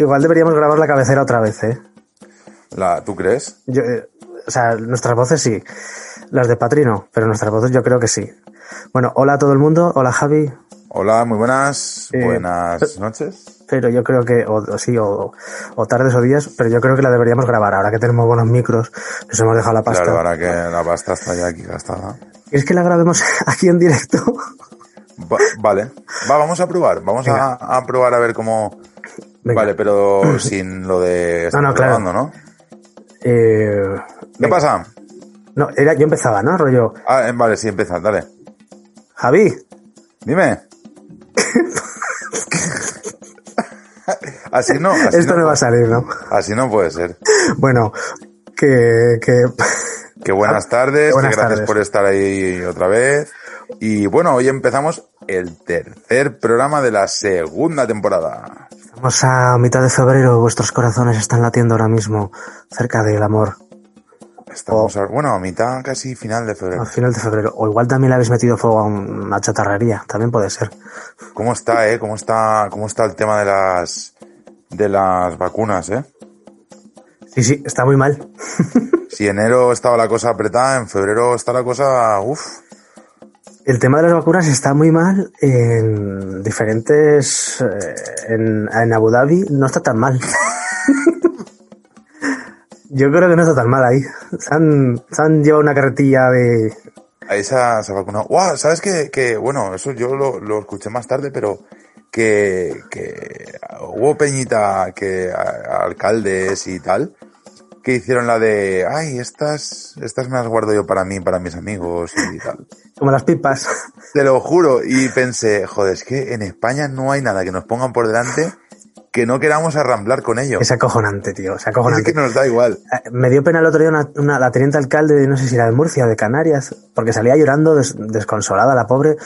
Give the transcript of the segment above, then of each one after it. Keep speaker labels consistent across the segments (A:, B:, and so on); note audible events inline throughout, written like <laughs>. A: igual deberíamos grabar la cabecera otra vez, ¿eh?
B: La, ¿Tú crees?
A: Yo, eh, o sea, nuestras voces sí. Las de Patrino, pero nuestras voces yo creo que sí. Bueno, hola a todo el mundo, hola Javi,
B: Hola, muy buenas.
A: Eh,
B: Buenas noches.
A: pero yo creo que, o, o sí, o, o tardes o días, pero yo creo que la deberíamos grabar ahora que tenemos buenos micros, nos hemos dejado la pasta.
B: Claro, ahora que la pasta está ya aquí gastada.
A: ¿Quieres que la grabemos <laughs> aquí en directo?
B: Va- vale. Va, vamos a probar. Vamos a, a probar a ver cómo.
A: Venga.
B: Vale,
A: <clears throat>
B: pero sin lo de. estar
A: no, claro.
B: grabando, ¿no?
A: Eh,
B: ¿Qué
A: venga.
B: pasa?
A: No, era, yo empezaba, ¿no? Rollo,
B: Ah, eh, vale, sí, empieza, dale.
A: Javi, <laughs>
B: Dime. así no. Así
A: esto no, va a salir, ¿no? <laughs>
B: Así no puede ser.
A: Bueno, que, que
B: Que buenas tardes, que
A: buenas
B: gracias
A: tardes.
B: por estar ahí otra vez. Y bueno, hoy empezamos el tercer programa de la segunda temporada.
A: estamos a mitad de febrero, vuestros corazones están latiendo ahora mismo cerca del amor.
B: Estamos,
A: Oh.
B: a- bueno, a mitad, casi final de febrero.
A: Al final de febrero. O igual también le habéis metido fuego a una chatarrería. También puede ser.
B: ¿Cómo está, eh? ¿Cómo está, cómo está el tema de las, de las vacunas, eh?
A: Sí, sí, está muy mal.
B: Si enero estaba la cosa apretada, en febrero está la cosa, uff.
A: El tema de las vacunas está muy mal en diferentes... eh, en, en Abu Dhabi no está tan mal. <laughs> Yo creo que no está tan mal ahí. Se han, se han llevado una carretilla de...
B: A esa se ha vacunado. ¡Guau! ¿Sabes qué? Que, bueno, eso yo lo, lo escuché más tarde, pero que, que hubo Peñita, que a- alcaldes y tal, que hicieron la de, ay, estas, estas me las guardo yo para mí, para mis amigos y tal.
A: como las pipas.
B: Te lo juro. Y pensé, joder, es que en España no hay nada que nos pongan por delante que no queramos arramblar con ellos.
A: Es acojonante, tío. Es
B: Es que
A: acojonante.
B: nos da igual.
A: Eh, Me dio pena el otro día una, una- la teniente alcalde de no sé si era de Murcia o de Canarias, porque salía llorando des- desconsolada la pobre.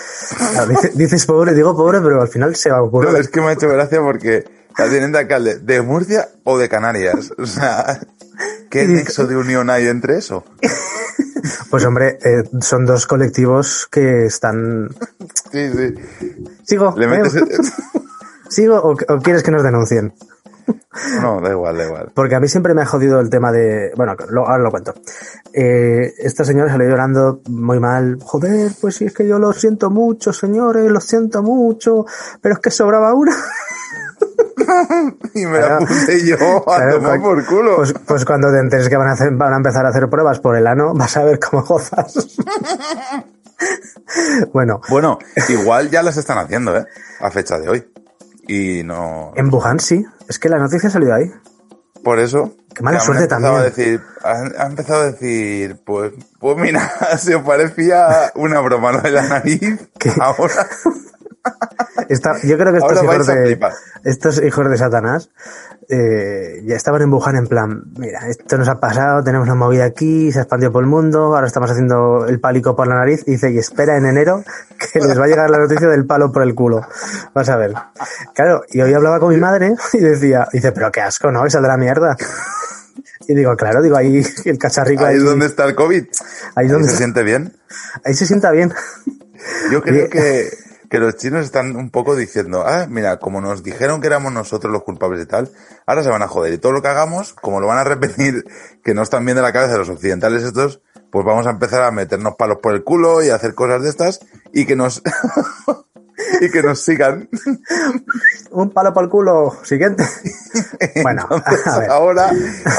A: Claro, dice- <laughs> dices pobre, digo pobre, pero al final se va a
B: No,
A: ocurrir.
B: es que me ha hecho gracia porque la teniente alcalde de Murcia o de Canarias. O sea, <laughs> ¿qué nexo de unión hay entre eso?
A: Pues hombre, eh, son dos colectivos que están...
B: Sí, sí.
A: ¿Sigo?
B: Le metes.
A: ¿Eh? ¿Sigo o, o quieres que nos denuncien?
B: <laughs> No, da igual, da igual.
A: Porque a mí siempre me ha jodido el tema de... Bueno, lo- ahora lo cuento. Eh, esta señora salió llorando muy mal. Joder, pues sí, es que yo lo siento mucho, señores, lo siento mucho, pero es que sobraba una.
B: Y me la
A: Claro.
B: puse yo a <laughs>
A: Claro,
B: tomar
A: coño.
B: por culo.
A: Pues, pues cuando te enteres que van a, hacer- van a empezar a hacer pruebas por el ano, vas a ver cómo gozas.
B: <laughs>
A: bueno,
B: Bueno, igual ya las están haciendo, ¿eh? A fecha de hoy. Y no.
A: en Wuhan sí, es que la noticia salió ahí.
B: Por eso.
A: Qué mala
B: que han
A: suerte
B: empezado
A: también.
B: A decir, han, han empezado a decir, pues, pues mira, <laughs> se os parecía una broma lo de la <laughs> nariz.
A: ¿Qué?
B: Ahora,
A: Esta- yo creo que estos
B: ahora vais
A: hijos,
B: a
A: de,
B: flipar.
A: estos hijos de Satanás eh, ya estaban en Wuhan en plan, mira, esto nos ha pasado, tenemos una movida aquí, se ha expandido por el mundo, ahora estamos haciendo el pálico por la nariz, y dice, y espera en enero que les va a llegar la noticia del palo por el culo. Vas a ver. Claro, y hoy hablaba con mi madre y decía, dice, pero qué asco, ¿no? Esa de la mierda. Y digo, claro, digo, ahí el cacharrico
B: Ahí es donde está el COVID.
A: ahí, es donde-
B: se siente bien.
A: ahí se sienta bien.
B: Yo creo
A: Bien.
B: que, que los chinos están un poco diciendo, ah, mira, como nos dijeron que éramos nosotros los culpables y tal, ahora se van a joder. Y todo lo que hagamos, como lo van a repetir, <laughs> que no están bien de la cabeza los occidentales estos, pues vamos a empezar a meternos palos por el culo <laughs> y a hacer cosas de estas y que nos,
C: y que nos sigan.
A: Un palo por el culo.
B: <laughs>
A: Siguiente.
C: <laughs>
A: Bueno, a ver.
C: Ahora,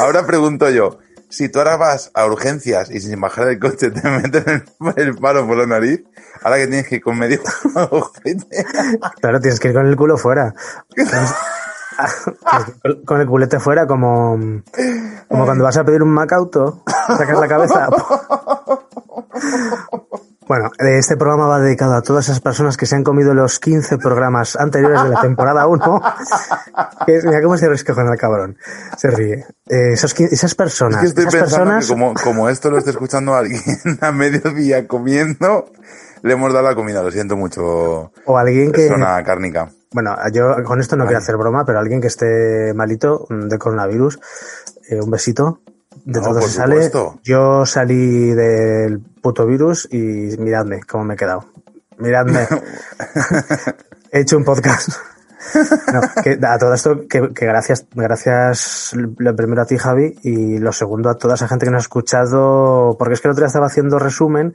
C: ahora pregunto yo, si tú ahora vas a urgencias y sin bajar del coche te <laughs> meten el, el palo por la nariz, ahora que tienes que ir con medio <laughs> ojete,
A: Claro, tienes que ir con el culo fuera. Tienes que ir con el culete fuera, como, como cuando vas a pedir un Macauto, sacas la cabeza. Bueno, eh, este programa va dedicado a todas esas personas que se han comido los 15 programas anteriores de la temporada 1. Que es- mira cómo se resquejona el cabrón. Se ríe. Eh, esos qui- esas
C: es
A: personas,
C: que estoy
A: esas
C: pensando
A: personas,
C: que como, como esto lo está escuchando alguien <laughs> a mediodía comiendo, le hemos dado la comida, lo siento mucho,
A: o alguien que,
C: persona cárnica.
A: Bueno, yo con esto no quiero hacer broma, pero alguien que esté malito mm, de coronavirus, eh, un besito. De
C: No,
A: todo
C: por
A: se sale.
C: supuesto.
A: Yo salí del puto virus y miradme cómo me he quedado.
C: <laughs>
A: Miradme. <laughs> he hecho un podcast. <laughs> No, que a todo esto, que, que gracias, gracias lo primero a ti, Javi, y lo segundo a toda esa gente que nos ha escuchado, porque es que el otro día estaba haciendo resumen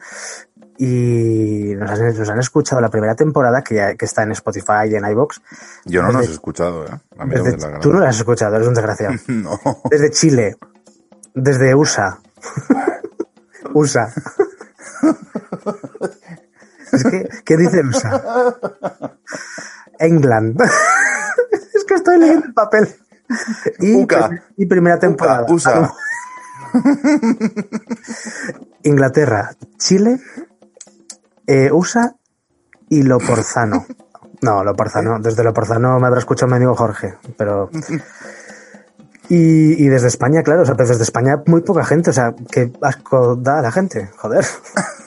A: y nos han, nos han escuchado la primera temporada, que, ya- que está en Spotify y en iBox.
C: Yo no
A: Desde-
C: nos he escuchado, ¿eh? A mí no me da la
A: tú no
C: gana.
A: la has escuchado, eres un desgraciado.
C: <laughs> No.
A: Desde Chile, desde
C: <laughs>
A: USA. USA. es que, ¿qué dice USA? England. <laughs> es que estoy leyendo el papel. Y,
C: Uca.
A: prim- y primera temporada.
C: Uca,
A: <laughs>
C: USA.
A: Inglaterra, Chile, eh, USA y Loporzano. No, Loporzano. Desde Loporzano me habrá escuchado mi amigo Jorge, pero... Y, y desde España, claro, o sea, pero desde España muy poca gente, o sea, qué asco da a la gente, joder.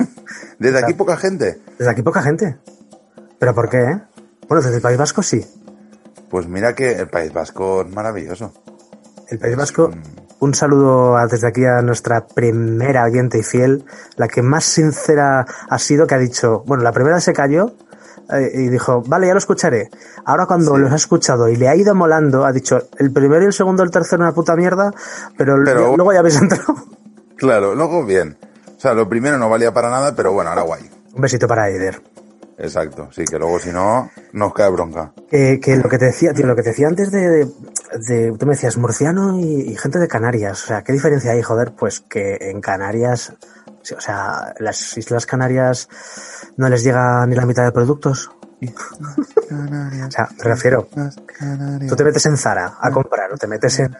A: <laughs>
C: Desde aquí poca gente.
A: Desde aquí poca gente. ¿Pero por qué, eh? Bueno, desde el País Vasco sí.
C: Pues mira que el País Vasco es maravilloso.
A: El País Vasco, un saludo a- desde aquí a nuestra primera oyente y fiel, la que más sincera ha sido, que ha dicho, bueno, la primera se cayó eh, y dijo, vale, ya lo escucharé. Ahora cuando los ha escuchado y le ha ido molando, ha dicho, el primero y el segundo, el tercero, una puta mierda, pero, l-
C: Pero-
A: luego ya habéis <laughs> entrado.
C: Claro, luego bien. O sea, lo primero no valía para nada, pero bueno, ahora guay.
A: un besito para Eider.
C: Exacto, sí, que luego si no, nos cae bronca.
A: Que, que lo que te decía, tío, lo que te decía antes de, de- de- tú me decías murciano y, y gente de Canarias, o sea, ¿qué diferencia hay, joder? Pues que en Canarias, sí, o sea, las Islas Canarias no les llega ni la mitad de productos. O sea, me refiero, tú te metes en Zara a comprar, o te metes en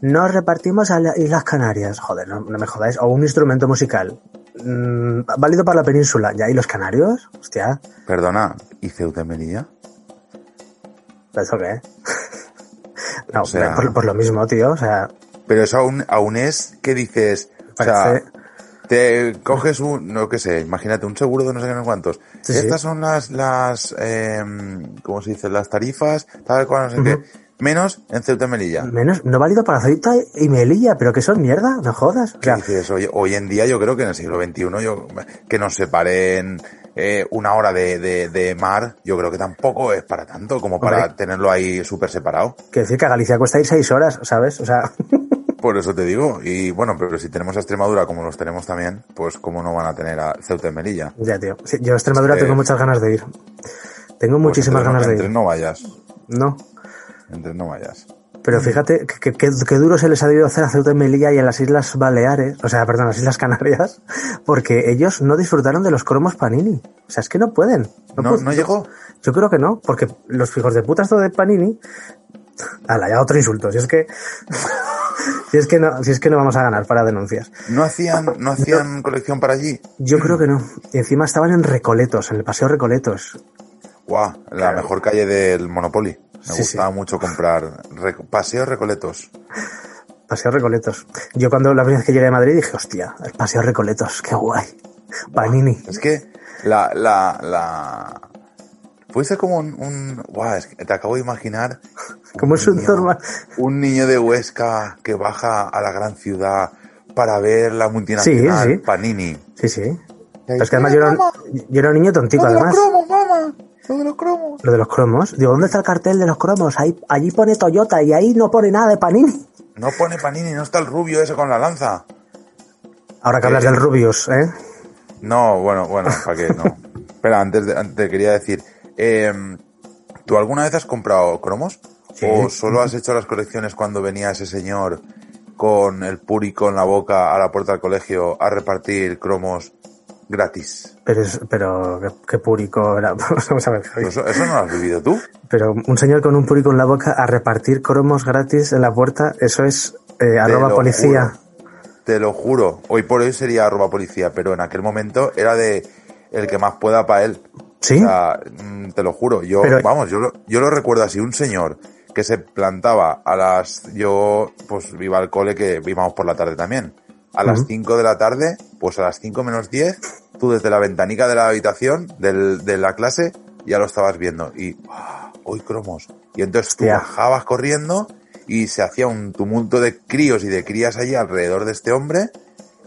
A: no repartimos a las Islas Canarias, joder, no, no me jodáis, o un instrumento musical. mm, válido para la península, ya, y los canarios, hostia,
C: Perdona, ¿y Ceuta y Melilla?
A: ¿eso qué? ¿eh? <laughs> No,
C: O sea-
A: por, por lo mismo, tío. O sea,
C: Pero eso aún, aún es que dices, o sea,
A: Parece-
C: te coges un, no que sé, imagínate, un seguro de no sé qué, no sé cuántos.
A: Sí, sí.
C: Estas son las, las, eh, ¿cómo se dice? Las tarifas, tal cual, no sé
A: Ujú.
C: qué. Menos en Ceuta y Melilla.
A: menos no válido para Ceuta y Melilla, pero que son mierda, no jodas. O
C: ¿Qué
A: sea,
C: dices? Hoy, hoy en día yo creo que en el siglo XXI yo, que nos separen eh, una hora de, de- de mar, yo creo que tampoco es para tanto como para
A: Hombre.
C: tenerlo ahí súper separado.
A: que decir que a Galicia cuesta ir seis horas, ¿sabes? O sea, <laughs>
C: Por eso te digo. Y bueno, pero si tenemos a Extremadura como los tenemos también, pues cómo no van a tener a Ceuta y Melilla.
A: ya, tío. Sí, yo a Extremadura
C: Eh,
A: tengo muchas ganas de ir. Tengo
C: Pues
A: muchísimas
C: entonces no-
A: ganas de
C: entonces
A: ir.
C: no vayas.
A: No.
C: Entonces no vayas.
A: Pero fíjate que, que- que- que duro se les ha debido hacer a Ceuta y Melilla y a las Islas Baleares, o sea, perdón, a las Islas Canarias, <laughs> porque ellos no disfrutaron de los cromos Panini. O sea, es que no pues, pueden.
C: No,
A: pueden.
C: no llegó.
A: Yo creo que no, porque los hijos de puta esto de Panini. Ala, ya otro insulto. Si es que. <laughs> si, es que no, si es que no vamos a ganar para denuncias.
C: No hacían, no hacían colección para allí.
A: Yo creo que no. Y encima estaban en Recoletos, en el Paseo Recoletos.
C: Guau, la
A: Claro.
C: mejor calle del Monopoly. Me
A: Sí,
C: gustaba mucho comprar Reco- paseos recoletos.
A: Paseo Recoletos. Yo cuando la primera vez que llegué a Madrid dije, hostia, el Paseo Recoletos, qué guay. Panini.
C: Es que la, la, la... Puede ser como un... un... Guau, es que te acabo de imaginar...
A: Como es un normal.
C: Un niño de Huesca que baja a la gran ciudad para ver la multinacional
A: Sí, sí.
C: Panini.
A: Sí, sí.
C: Ahí,
A: Pero es que además yo
C: mira,
A: era, un-
C: mamá,
A: yo era un niño
C: lo
A: tontico,
C: de
A: además.
C: los cromos, mamá. Lo de los cromos.
A: Lo de los cromos. Digo, ¿dónde está el cartel de los cromos? Ahí, allí pone Toyota y ahí no pone nada de Panini.
C: No pone Panini, no está el rubio ese con la lanza.
A: Ahora que hablas
C: Eh,
A: del Rubius, ¿eh?
C: No, bueno, bueno, para qué no. Espera, antes, de- antes te quería decir, Em, ¿Tú alguna vez has comprado cromos?
A: Sí.
C: ¿O solo has hecho las colecciones cuando venía ese señor con el púrico en la boca a la puerta del colegio a repartir cromos gratis?
A: Pero, es- pero qué, qué púrico era. <laughs> Vamos a ver, Javi.
C: Eso, eso no lo has vivido tú.
A: Pero un señor con un púrico en la boca a repartir cromos gratis en la puerta, eso es eh, arroba
C: lo
A: policía.
C: juro, te lo juro. Hoy por hoy sería arroba policía, pero en aquel momento era de el que más pueda para él.
A: ¿Sí?
C: O sea, mm, te lo juro. Yo,
A: Pero-
C: vamos, yo lo, yo lo recuerdo así. Un señor que se plantaba a las... Yo, pues, iba al cole que íbamos por la tarde también. A las
A: Ujú.
C: 5 de la tarde, pues a las 5 menos 10, tú desde la ventanica de la habitación, del- de la clase, ya lo estabas viendo. Y, ¡ah! hoy cromos. Y entonces tú
A: Hostia.
C: bajabas corriendo y se hacía un tumulto de críos y de crías allí alrededor de este hombre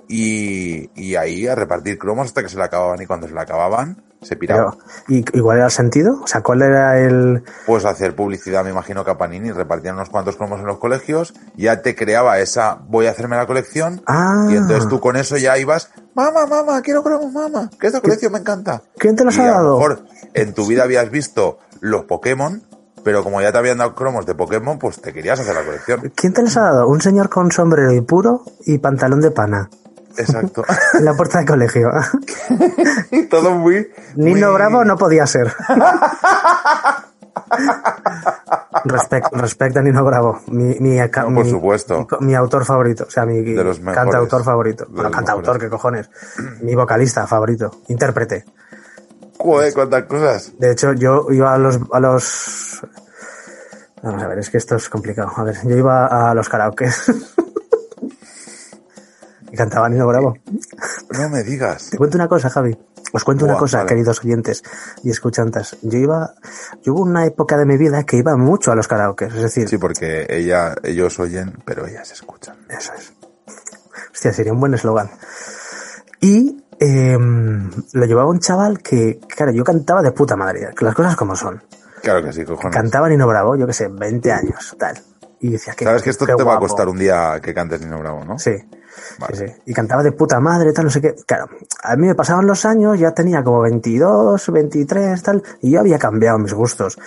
C: y, y ahí a repartir cromos hasta que se le acababan y cuando se le acababan se piraba.
A: Pero, ¿y, ¿y cuál era el sentido? O sea, ¿cuál era el...?
C: Pues hacer publicidad, me imagino que a Panini repartían unos cuantos cromos en los colegios, ya te creaba esa voy a hacerme la colección
A: Ah,
C: y entonces tú con eso ya ibas, mamá, mamá, quiero cromos, mamá, que esta colección me encanta.
A: ¿Quién te los
C: y
A: ha
C: a lo
A: dado?
C: mejor en tu vida habías visto los Pokémon, pero como ya te habían dado cromos de Pokémon, pues te querías hacer la colección.
A: ¿Quién te los ha dado? Un señor con sombrero y puro y pantalón de pana
C: <laughs> Exacto.
A: en la puerta del colegio. <laughs>
C: Todo muy...
A: Nino
C: muy-
A: Bravo no podía <laughs> ser. Respect- respecta a Nino Bravo, mi, mi aca-
C: No, por
A: mi-
C: supuesto.
A: mi- mi autor favorito, o sea, mi
C: De los mejores.
A: cantautor favorito.
C: De
A: Bueno,
C: los
A: cantautor,
C: mejores.
A: qué cojones. Mi vocalista favorito, intérprete.
C: Joder, cuántas cosas.
A: De hecho, yo iba a los, a los... Vamos a ver, es que esto es complicado. A ver, yo iba a los karaoke. <laughs> y cantaba Nino Bravo.
C: No me digas.
A: Te cuento una cosa, Javi. Os cuento una
C: Buah,
A: cosa,
C: vale.
A: queridos oyentes y escuchantas. Yo iba, yo hubo una época de mi vida que iba mucho a los karaoke, es decir,
C: Sí, porque ella, ellos oyen, pero ellas escuchan.
A: eso es. Hostia, sería un buen eslogan. Y em, lo llevaba un chaval que, claro, yo cantaba de puta madre, que las cosas como son.
C: Claro que Ah, sí, cojones.
A: Cantaba Nino Bravo, yo qué sé, 20 años, tal. Y decía que.
C: Sabes que esto
A: qué
C: te va a
A: guapo.
C: costar un día que cantes Nino Bravo, ¿no?
A: Sí.
C: Vale.
A: Sí, sí. Y cantaba de puta madre, tal, no sé qué. Claro, a mí me pasaban los años, ya tenía como 22, 23, tal, y yo había cambiado mis gustos.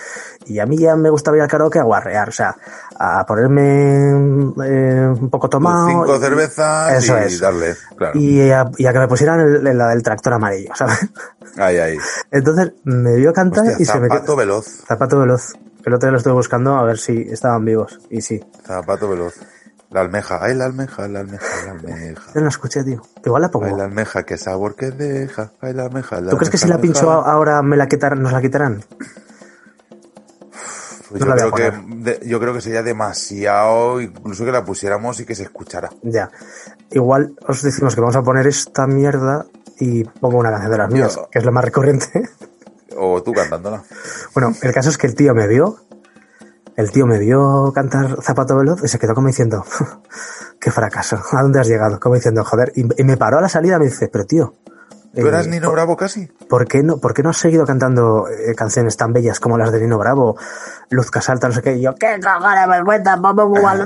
A: Y a mí ya me gustaba ir al karaoke a guarrear, o sea, a ponerme eh, un poco tomado.
C: Cinco
A: y-
C: cervezas
A: Eso
C: y
A: es.
C: darle. Claro.
A: Y a, y a que me pusieran el- el- la del tractor amarillo, <laughs> ¿sabes?
C: Ahí, ahí.
A: Entonces me vio cantar
C: Hostia,
A: y se me
C: zapato
A: quedó.
C: veloz.
A: Zapato veloz. El otro día lo estuve buscando a ver si estaban vivos. Y sí.
C: Zapato veloz. La almeja. Ay, la almeja, la almeja, la almeja.
A: Yo no la escuché, tío. Igual la pongo.
C: Ay, la almeja, qué sabor que deja. Ay, la almeja, la
A: ¿Tú crees que si
C: almeja,
A: la pincho
C: almeja.
A: a- ahora me la quitarán, nos la quitarán? no
C: Pues yo,
A: la voy a
C: creo que, de- yo creo que sería demasiado, incluso que la pusiéramos y que se escuchara.
A: Ya. Igual os decimos que vamos a poner esta mierda y pongo una canción de las mías,
C: Yo-
A: que es lo más recurrente. <laughs>
C: O tú cantándola.
A: bueno, el caso es que el tío me vio. El tío me vio cantar Zapato Veloz y se quedó como diciendo, <laughs> qué fracaso, ¿a dónde has llegado? Como diciendo, joder. Y, y me paró a la salida y me dice, pero tío,
C: ¿Tú
A: eh,
C: eras Nino Bravo casi?
A: ¿por, qué no, ¿por qué no has seguido cantando eh, canciones tan bellas como las de Nino Bravo, Luz Casalta, no sé qué? Y yo, qué cojones me cuentas, vamos igual.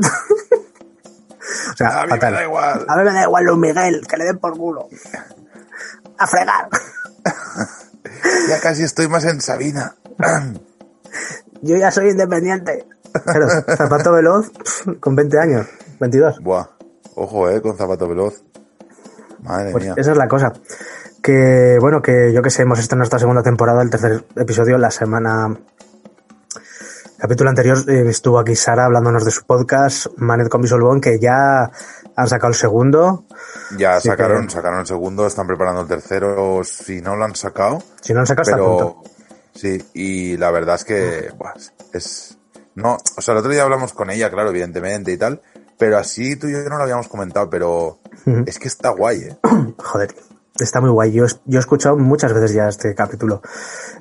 A: <laughs> o sea,
C: A mí me
A: fatal.
C: da igual.
A: A mí me da igual Luis Miguel, que le den por culo. A fregar.
C: Ya casi estoy más en Sabina.
A: Yo ya soy independiente. Pero zapato veloz pf, con 20 años, 22.
C: Buah. Ojo, eh, con zapato veloz. Madre
A: Pues
C: mía.
A: esa es la cosa. Que bueno, que yo que sé, hemos estado en nuestra segunda temporada, el tercer episodio, la semana. Capítulo anterior eh, estuvo aquí Sara hablándonos de su podcast, Manet con Visual Bone, que ya han sacado el segundo.
C: Ya
A: sí
C: sacaron,
A: que-
C: sacaron el segundo, están preparando el tercero. Si no lo han sacado,
A: Si no han sacado, está a punto.
C: pero sí, y la verdad es que buah, es no, o sea, el otro día hablamos con ella, claro, evidentemente y tal, pero así tú y yo no lo habíamos comentado, pero
A: Ujú.
C: es que está guay, eh.
A: Joder, está muy guay. Yo, es- yo he escuchado muchas veces ya este capítulo.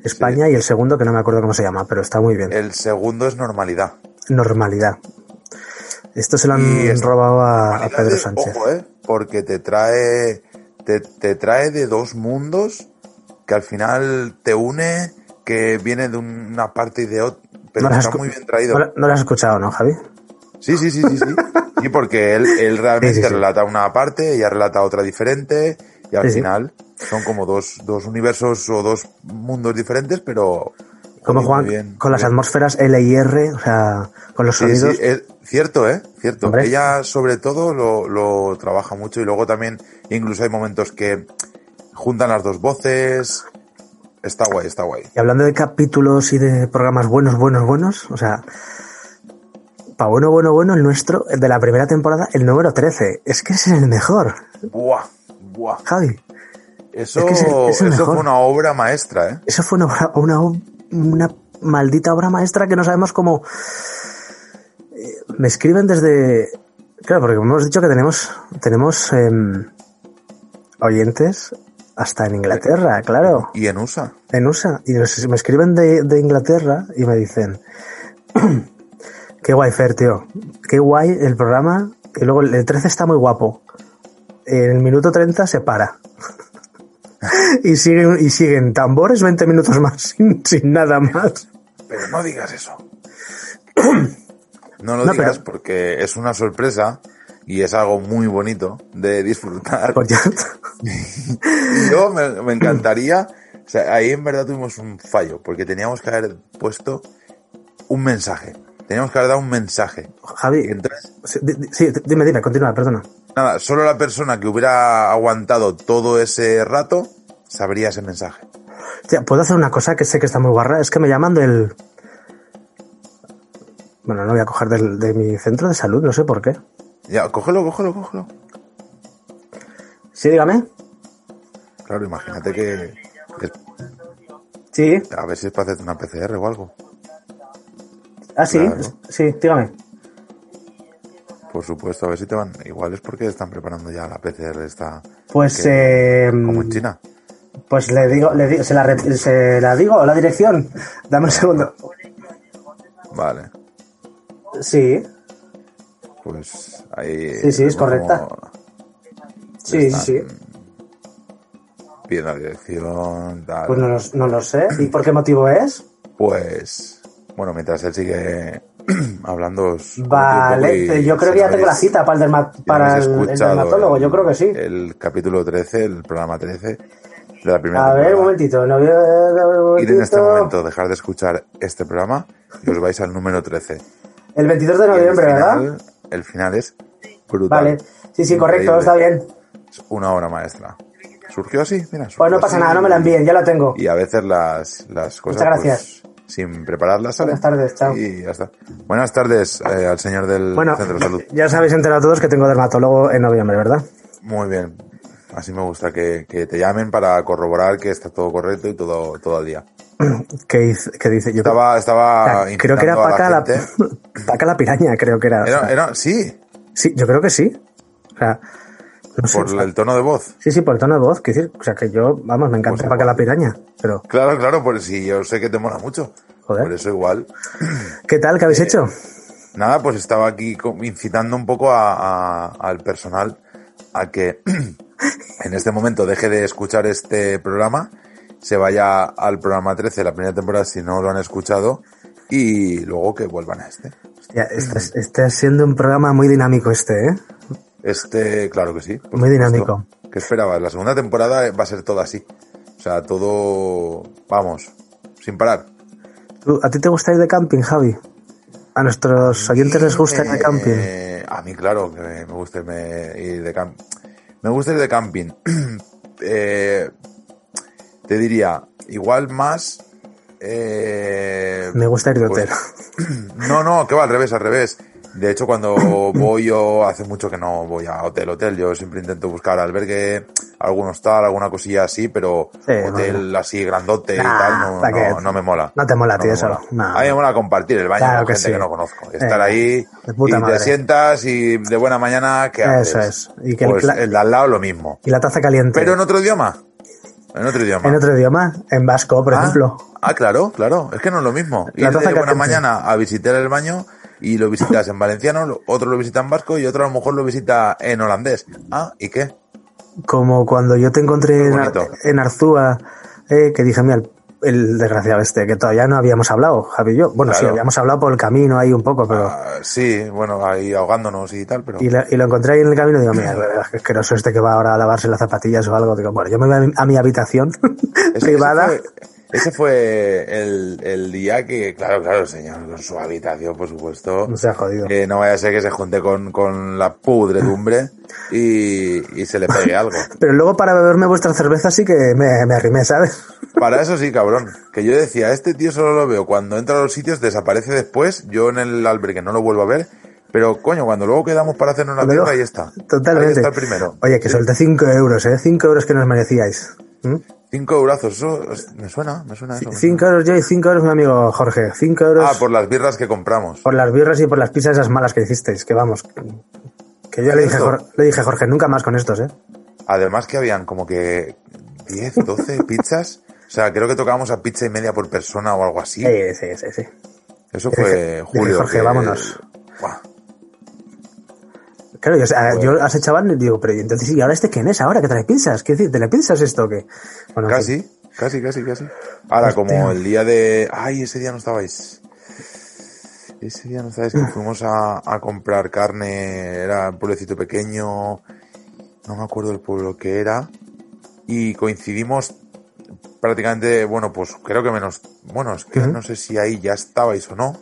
A: España y el segundo, que no me acuerdo cómo se llama, pero está muy bien.
C: El segundo es normalidad.
A: Normalidad. Esto se lo
C: Y
A: han
C: es-
A: robado a, a
C: Normalidad
A: Pedro
C: de-
A: Sánchez.
C: Ojo, eh, porque te trae te, te trae de dos mundos que al final te une, que viene de un- una parte y de otra, pero
A: No las
C: está
A: escu-
C: muy bien traído.
A: No, la- no lo has escuchado, ¿no, Javi?
C: Sí, sí, sí, sí, sí. Y porque él, él realmente
A: Sí, sí, sí.
C: relata una parte, ella relata otra diferente, y al
A: Sí, sí.
C: final son como dos, dos universos o dos mundos diferentes, pero
A: Cómo
C: Muy
A: juegan
C: bien,
A: con
C: muy
A: las
C: bien.
A: atmósferas L y R, o sea, con los
C: Sí, sí,
A: sonidos.
C: es cierto, ¿eh? Cierto.
A: Hombre.
C: Ella sobre todo lo, lo trabaja mucho y luego también incluso hay momentos que juntan las dos voces. Está guay, está guay.
A: Y hablando de capítulos y de programas buenos, buenos, buenos, o sea, pa' bueno, bueno, bueno, el nuestro, el de la primera temporada, el número 13. Es que es el mejor,
C: Buah, buah.
A: Javi.
C: Eso,
A: Es que es el- es el
C: eso
A: mejor.
C: fue una obra maestra, ¿eh?
A: Eso fue una, obra- una, ob- una maldita obra maestra que no sabemos cómo... Eh, Me escriben desde... Claro, porque hemos dicho que tenemos, tenemos em, oyentes hasta en Inglaterra, claro.
C: Y en USA.
A: en USA y nos- me escriben de, de Inglaterra y me dicen <clears throat> qué guay Fer tío qué guay el programa y luego el 13 está muy guapo en el minuto 30 se para <laughs> y siguen y siguen tambores 20 minutos más <laughs> sin, sin nada más
C: Pero no digas eso. No lo
A: No,
C: digas
A: pero-
C: porque es una sorpresa y es algo muy bonito de disfrutar.
A: Por cierto,
C: Y yo me, me encantaría. O sea, ahí en verdad tuvimos un fallo, porque teníamos que haber puesto un mensaje. Teníamos que haber dado un mensaje. Y
A: Javi
C: entonces,
A: sí, di- di- sí, dime dime continúa perdona
C: nada, solo la persona que hubiera aguantado todo ese rato sabría ese mensaje.
A: Hostia, puedo hacer una cosa que sé que está muy guarra es que me llaman del bueno no voy a coger del, de mi centro de salud no sé por qué
C: Ya, cógelo, cógelo, cógelo.
A: sí dígame
C: Claro, imagínate que. que-
A: sí
C: A ver si es para hacerte una PCR o algo.
A: Ah, sí,
C: Claro.
A: sí, dígame.
C: Por supuesto, a ver si te van. Igual es porque están preparando ya la PCR esta.
A: Pues,
C: que-
A: eh,
C: Como en China.
A: Pues le digo, le digo- se, la, re- se la digo, la dirección. Dame un segundo.
C: Vale.
A: Sí,
C: Pues ahí.
A: Sí, sí, es
C: vemos
A: correcta.
C: cómo
A: sí, sí,
C: están
A: sí.
C: Pidiendo la dirección, tal.
A: Pues no, lo- no lo sé. ¿Y por qué motivo es?
C: Pues. Bueno, mientras él sigue <clears throat> hablando. os comento un
A: Vale,
C: poco y
A: eh, yo creo
C: si
A: que ya
C: no
A: tengo la
C: habéis-
A: cita para el, derma-
C: si no
A: para
C: habéis
A: el- el
C: escuchado eh,
A: dermatólogo,
C: el-
A: yo creo que sí.
C: El capítulo 13, el programa 13 de la primera
A: A ver, un
C: temporada.
A: momentito, no voy a ver, un
C: Id en este
A: momentito.
C: momento, dejar de escuchar este programa y os vais al
A: <laughs>
C: número 13.
A: El 22 de
C: Y el,
A: noviembre, ¿verdad?
C: final, el final es brutal.
A: Vale, sí, sí, correcto,
C: Increíble.
A: está bien.
C: Es una obra maestra. Surgió así, mira.
A: Pues
C: surgió
A: no pasa
C: así
A: nada, no me la
C: y-
A: envíen, ya la tengo.
C: Y a veces las, las cosas.
A: Muchas gracias.
C: pues, sin prepararlas, salen.
A: Buenas tardes, chao.
C: Y ya está. Buenas tardes eh, al señor del
A: Bueno,
C: Centro de Salud.
A: ya os habéis enterado todos que tengo dermatólogo en noviembre, ¿verdad?
C: Muy bien. Así me gusta que, que te llamen para corroborar que está todo correcto y todo, todo al día.
A: que dice, que dice yo
C: Estaba,
A: creo-
C: estaba
A: o sea, creo que era
C: incitando a
A: Paca la,
C: gente-
A: <laughs> Paca la piraña creo que era, o
C: Era,
A: sea,
C: era- sí,
A: sí yo creo que sí o sea no sé,
C: por
A: o sea,
C: el tono de voz.
A: sí sí por el tono de voz quiero decir o sea que yo vamos me encanta
C: Pues
A: Paca
C: igual.
A: la piraña pero
C: Claro, claro, por si yo sé que te mola mucho.
A: Joder.
C: Por eso igual.
A: qué tal qué habéis hecho
C: Nada, pues estaba aquí co- incitando un poco a- a- al personal a que <clears throat> en este momento deje de escuchar este programa, se vaya al programa 13, la primera temporada, si no lo han escuchado, y luego que vuelvan a este.
A: Hostia, está, está este siendo un programa muy dinámico este eh
C: Este, claro que sí. por
A: Muy
C: supuesto.
A: dinámico.
C: ¿Qué esperabas? La segunda temporada va a ser todo así. O sea, todo, vamos, sin parar.
A: ¿Tú- a ti te gusta ir de camping Javi a nuestros oyentes les gusta ir de
C: Eh,
A: camping
C: a mí, claro, que me gusta irme- ir de camping. Me gusta ir de camping. <clears throat> Eh, te diría, igual más. eh,
A: me gusta ir de
C: pues-
A: hotel
C: no, no, que va al revés, al revés. De hecho, cuando
A: <clears throat>
C: voy yo, hace mucho que no voy a hotel, hotel. Yo siempre intento buscar albergue, algún hostal, alguna cosilla así, pero
A: Sí,
C: hotel así grandote
A: Nah,
C: y tal, no,
A: ¿pa' qué?
C: no, no me mola.
A: No te mola a ti
C: me
A: eso,
C: mola.
A: no.
C: A mí me mola compartir el baño
A: Claro
C: con
A: que
C: gente
A: sí.
C: que no conozco. Estar
A: Eh,
C: ahí
A: de puta
C: y
A: madre.
C: te sientas y de buena mañana, ¿qué
A: Eso
C: haces?
A: es. Y que el
C: pues
A: cla-
C: el de al lado lo mismo.
A: y la taza caliente
C: Pero en otro idioma. En otro idioma.
A: en otro idioma en vasco por
C: Ah,
A: ejemplo
C: Ah, claro, claro. Es que no es lo mismo.
A: La
C: Ir
A: taza
C: de buena
A: caliente.
C: mañana a visitar el baño y lo visitas en valenciano, lo- otro lo visita en vasco y otro a lo mejor lo visita en holandés. Ah, ¿y qué?
A: como cuando yo te encontré
C: Muy
A: en, Ar-
C: bonito.
A: en Arzúa, eh, que dije, mira, el, el desgraciado este, que todavía no habíamos hablado, Javi y yo. Bueno, sí,
C: Claro.
A: habíamos hablado por el camino ahí un poco, pero...
C: Ah, sí, bueno, ahí ahogándonos y tal, pero...
A: Y, la- y lo encontré ahí en el camino y digo,
C: <laughs>
A: mira, es que no soy este que va ahora a lavarse las zapatillas o algo. Digo, bueno, yo me voy a mi, a mi habitación <laughs>
C: Ese- ese
A: privada.
C: fue- Ese fue el, el día que, claro, claro, el señor con su habitación, por supuesto.
A: No se ha jodido.
C: Eh, no vaya a ser que se junte con, con la pudredumbre y, y se le pegue algo.
A: Pero luego para beberme vuestra cerveza sí que me, me arrimé, ¿sabes?
C: Para eso sí, cabrón. Que yo decía, este tío solo lo veo cuando entra a los sitios, desaparece después. Yo en el albergue no lo vuelvo a ver. Pero coño, cuando luego quedamos para hacernos una
A: Cuando
C: tierra,
A: luego-
C: ahí está. Ahí
A: Totalmente.
C: está el primero.
A: Oye, que solté 5 euros, ¿eh? 5 euros que nos merecíais.
C: Cinco brazos. Eso es- me suena, me suena eso. me
A: 5 euros yo y 5 euros mi amigo Jorge. 5 euros
C: suena. Ah, por las birras que compramos.
A: por las birras y por las pizzas esas malas que hicisteis, que vamos. que- Que yo le dije, a Jor- le dije a Jorge, nunca más con estos, ¿eh?
C: Además que habían como que 10,
A: <laughs>
C: 12 pizzas. O sea, creo que tocábamos a pizza y media por persona o algo así.
A: Sí, sí, sí, sí.
C: Eso
A: Dije-
C: fue
A: dije,
C: julio.
A: Jorge,
C: que-
A: vámonos.
C: Buah.
A: Claro, yo, o sea,
C: Bueno.
A: yo a ese chaval le digo, pero ¿y entonces, ¿y ahora este quién es ahora que trae pizzas? ¿Qué decir, ¿te pizzas esto o qué? Bueno, en fin.
C: Casi, casi, casi, casi. Ahora,
A: Hostia.
C: como el día de... Ay, ese día no estabais. Ese día no estabais que fuimos a, a comprar carne. Era un pueblecito pequeño. No me acuerdo el pueblo que era. Y coincidimos prácticamente, bueno, pues creo que menos... Bueno, es que
A: Ujú.
C: no sé si ahí ya estabais o no.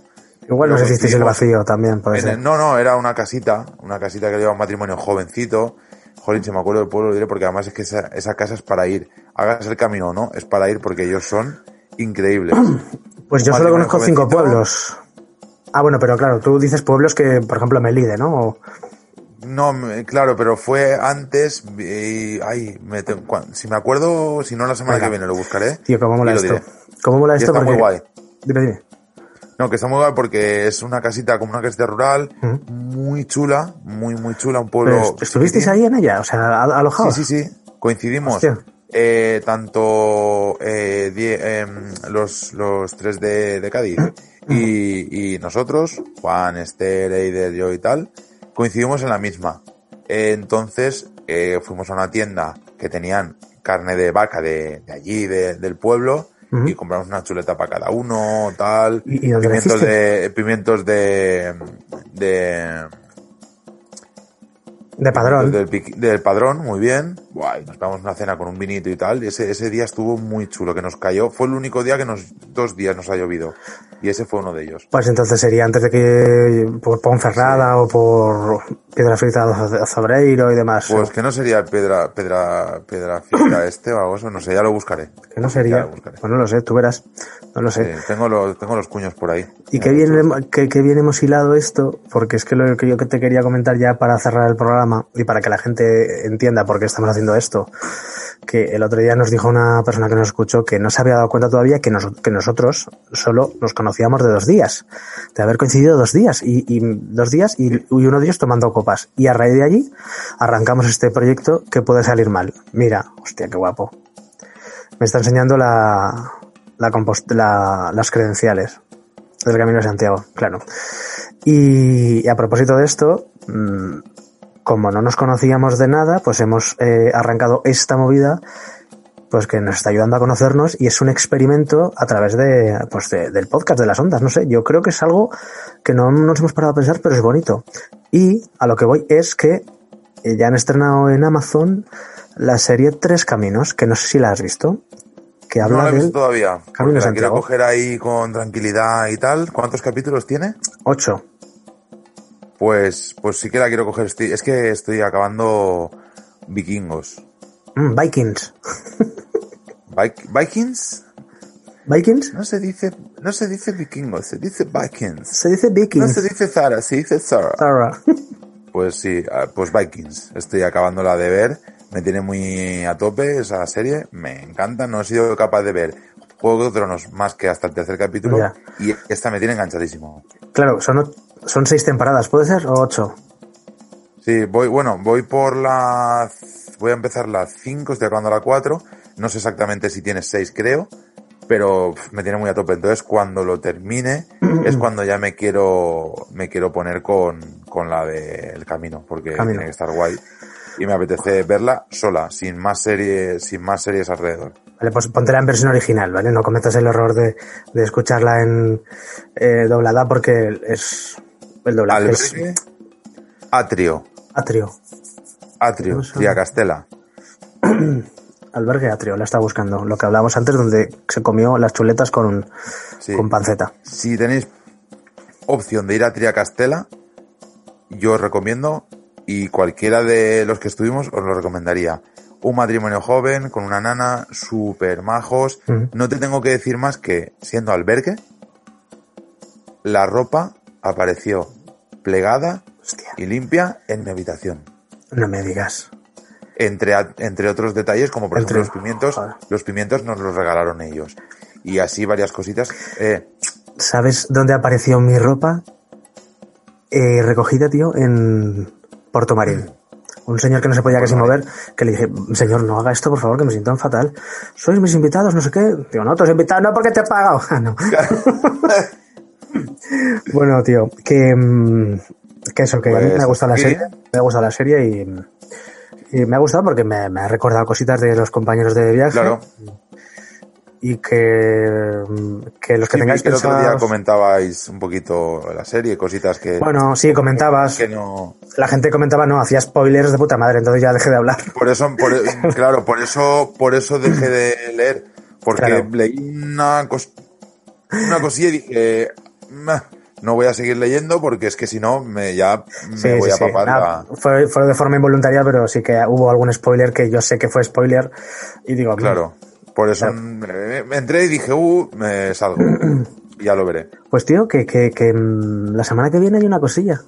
A: Igual
C: Lo
A: nos hicisteis el
C: conseguimos.
A: vacío también, puede
C: En
A: ser.
C: el- no, no, era una casita, una casita que llevaba un matrimonio jovencito. Jolín, si me acuerdo del pueblo, lo diré porque además es que esa, esa casa es para ir. Hagas el camino o no, es para ir porque ellos son
A: <clears throat>
C: increíbles.
A: Pues yo
C: un
A: solo
C: matrimonio
A: conozco cinco
C: jovencito.
A: pueblos. Ah, bueno, pero claro, tú dices pueblos que, por ejemplo, Melide, ¿no? O-
C: No, me- claro, pero fue antes y, ay, me te- cua- si me acuerdo, si no la semana
A: Venga.
C: que viene lo buscaré.
A: Tío, ¿cómo mola
C: y lo
A: esto?
C: diré.
A: ¿Cómo mola
C: Y
A: esto?
C: está muy guay.
A: Dime, dime.
C: No, que está muy guay porque es una casita como una casita rural,
A: Ujú.
C: muy chula, muy, muy chula, un
A: Pero,
C: pueblo.
A: ¿Estuvisteis
C: chiquitín.
A: ahí en ella? O sea, al- alojados.
C: Sí, sí, sí. Coincidimos.
A: Hostia.
C: Eh, tanto eh, die- em, los, los tres de, de Cádiz y, y nosotros, Juan, Esther, Eider, yo y tal, coincidimos en la misma. Eh, entonces eh, fuimos a una tienda que tenían carne de vaca de, de allí, de- del pueblo,
A: Ujú.
C: y compramos una chuleta para cada uno, tal.
A: ¿Y- y dónde la
C: pimientos
A: hiciste?
C: de, pimientos de, de,
A: De padrón.
C: del, piqui- del padrón, muy bien. Guay, nos pegamos una cena con un vinito y tal. Y ese, ese día estuvo muy chulo, que nos cayó. Fue el único día que nos, dos días nos ha llovido. Y ese fue uno de ellos.
A: Pues entonces sería antes de que por Ponferrada o por Piedra Frita de Zobreiro y demás.
C: Pues que no sería el pedra, pedra, pedra fiesta este o algo eso, no sé, ya lo buscaré.
A: que no sería.
C: lo buscaré.
A: Pues no lo sé, tú verás. No lo sé.
C: Sí, tengo los, tengo los cuños por ahí.
A: Y qué
C: Mira, qué
A: bien,
C: chulo.
A: hemo- qué, qué bien hemos hilado esto, porque es que lo que yo que te quería comentar ya para cerrar el programa y para que la gente entienda por qué estamos haciendo esto, que el otro día nos dijo una persona que nos escuchó que no se había dado cuenta todavía que, nos- que nosotros solo nos conocíamos de dos días, de haber coincidido dos días y, y dos días y, y uno de ellos tomando copas. Y a raíz de allí arrancamos este proyecto que puede salir mal. Mira, hostia, qué guapo. Me está enseñando la, la compost- la- las credenciales del Camino de Santiago, claro. Y, y a propósito de esto, mm, como no nos conocíamos de nada, pues hemos eh, arrancado esta movida, pues que nos está ayudando a conocernos y es un experimento a través de, pues de- del podcast de las ondas. No sé, yo creo que es algo que no nos hemos parado a pensar, pero es bonito. Y a lo que voy es que eh, ya han estrenado en Amazon la serie Tres Caminos, que no sé si la has visto, que
C: No
A: habla
C: la he visto
A: de
C: todavía.
A: Camino
C: Porque
A: de
C: la quiero
A: Santiago.
C: coger ahí con tranquilidad y tal. ¿Cuántos capítulos tiene?
A: ocho.
C: Pues, pues sí que la quiero coger. Estoy- es que estoy acabando vikingos.
A: Mm, Vikings.
C: Vik- Vikings,
A: ¿Vikings?
C: No se dice, no se dice vikingos, se dice vikings.
A: Se dice
C: No
A: Vikings.
C: se dice Zara, se dice Zara.
A: Zara.
C: Pues sí, ah, pues vikings. Estoy acabándola de ver. Me tiene muy a tope esa serie. Me encanta. No he sido capaz de ver Juego de Tronos más que hasta el tercer capítulo.
A: Ya.
C: Y esta me tiene enganchadísimo.
A: <laughs> Claro, son, o- son seis temporadas, ¿puede ser? O ocho.
C: Sí, voy, bueno, voy por la, voy a empezar la 5, estoy acabando la 4. No sé exactamente si tiene 6, creo, pero pf, me tiene muy a tope. Entonces, cuando lo termine,
A: <clears throat>
C: es cuando ya me quiero, me quiero poner con, con la de El Camino, porque
A: Camino.
C: tiene que estar guay. Y me apetece verla sola, sin más series, sin más series alrededor.
A: Vale, pues póntela en versión original, ¿vale? No cometas el error de, de escucharla en eh, doblada porque es. El doblaje es
C: Albergue, Atrio,
A: atrio.
C: Atrio,
A: No sé.
C: Tria Castela.
A: Albergue Atrio, la está buscando. Lo que hablábamos antes, donde se comió las chuletas con,
C: Sí.
A: con panceta.
C: Si tenéis opción de ir a Triacastela, yo os recomiendo, y cualquiera de los que estuvimos os lo recomendaría. Un matrimonio joven, con una nana, super majos.
A: Ujú.
C: No te tengo que decir más que, siendo albergue, la ropa apareció plegada
A: Hostia,
C: y limpia en mi habitación.
A: no me digas.
C: Entre, a- entre otros detalles, como por
A: Entre-
C: ejemplo los pimientos,
A: Joder.
C: los pimientos nos los regalaron ellos. Y así varias cositas. Eh,
A: ¿Sabes dónde apareció mi ropa? Eh, recogida, tío, en Puerto Marín. Un señor que no se podía casi mover, que le dije, señor, no haga esto, por favor, que me siento fatal. ¿Sois mis invitados? No sé qué. Digo, no, tus invitados no porque te he pagado. <laughs> Ah,
C: <laughs>
A: no. bueno, tío, que, mm, que eso, que a mí
C: Pues,
A: me ha gustado la
C: sí.
A: serie. Me ha gustado la serie y, y me ha gustado porque me, me ha recordado cositas de los compañeros de viaje. <laughs>
C: claro.
A: Y que, mm, que los que
C: Sí,
A: tengáis
C: vi que el otro día
A: pensados-
C: comentabais un poquito la serie, cositas Eh, que,
A: Bueno, sí, comentabas.
C: que no.
A: La gente comentaba, no, hacía spoilers de puta madre, entonces ya dejé de hablar.
C: Por eso,
A: <laughs>
C: por- claro, por eso, por eso dejé de leer. Porque
A: Claro.
C: leí una, cos- una cosilla y dije, "Meh, no voy a seguir leyendo porque es que si no, me, ya <laughs> me
A: Sí, sí,
C: voy a
A: sí.
C: papar
A: Nada,
C: la.
A: fue, fue de forma involuntaria, pero sí que hubo algún spoiler que yo sé que fue spoiler. Y digo, "Mm,
C: Claro. Por eso
A: Claro.
C: me, me entré y dije, uh, me
A: <clears throat>
C: salgo. ya lo veré.
A: pues tío, que, que, que mm, la semana que viene hay una cosilla.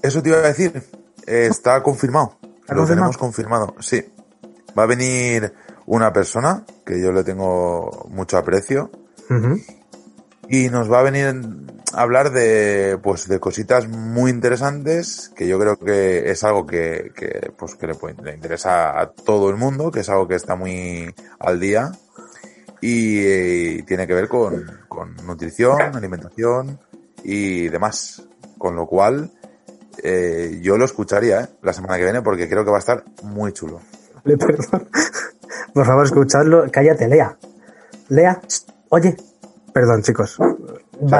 C: Eso te iba a decir. Eh, Está confirmado.
A: ¿Está
C: lo
A: confirmado?
C: tenemos confirmado, sí. Va a venir una persona que yo le tengo mucho aprecio
A: Ujú.
C: y nos va a venir a hablar de pues de cositas muy interesantes que yo creo que es algo que, que, pues que le, puede- le interesa a todo el mundo, que es algo que está muy al día y eh, tiene que ver con, con nutrición, alimentación y demás. Con lo cual, eh, yo lo escucharía ¿eh? la semana que viene porque creo que va a estar muy chulo.
A: <laughs> Le perdón. <laughs> Por favor, escuchadlo. Cállate, Lea. Lea, ch, oye. Perdón, chicos.
C: O sea,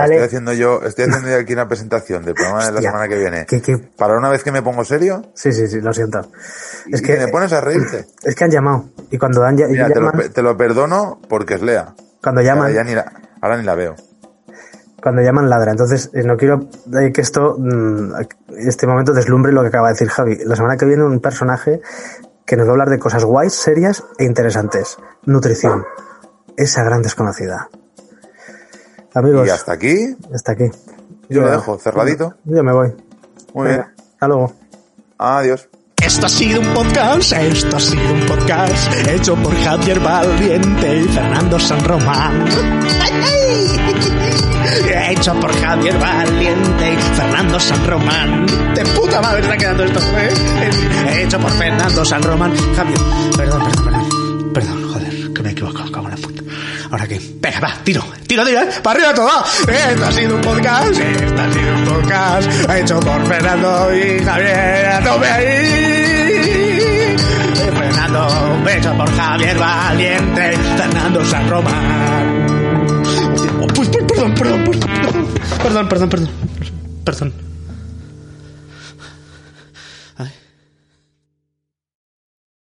A: vale.
C: Estoy haciendo yo, estoy haciendo yo aquí una presentación del programa de la
A: Hostia,
C: semana que viene.
A: que- que-
C: Para una vez que me pongo serio,
A: Sí, sí, sí, lo siento. Es
C: y
A: que,
C: te pones a reírte.
A: es que han llamado. Y cuando dan,
C: Mira, te lo,
A: llaman,
C: pe- te lo perdono porque es Lea.
A: cuando
C: Ahora,
A: llaman,
C: ya ni la, ahora ni la veo.
A: cuando llaman ladra. Entonces, eh, no quiero eh, que esto, mm, este momento deslumbre lo que acaba de decir Javi. La semana que viene un personaje que nos va a hablar de cosas guays, serias e interesantes. Nutrición. Esa gran desconocida. Amigos,
C: Y hasta aquí,
A: hasta aquí.
C: yo lo dejo cerradito.
A: Yo me voy.
C: Muy
A: Venga,
C: bien.
A: Hasta luego.
C: Adiós.
D: Esto ha sido un podcast, esto ha sido un podcast hecho por Javier Valiente y Fernando San Román. hecho por Javier Valiente y Fernando San Román. De puta madre está quedando esto, ¿eh? Hecho por Fernando San Román. Javier, perdón, perdón, perdón. Perdón, joder, que me he equivocado, cago en la puta. Ahora que, venga, va, tiro, tiro, tiro, ¿eh? para arriba todo, va. Esto ha sido un podcast, esto ha sido un podcast hecho por Fernando y Javier. ¡A tope ahí! Fernando, hecho por Javier Valiente, Fernando San Román. Pues, pues, perdón, perdón, perdón, perdón, perdón, perdón, perdón, perdón.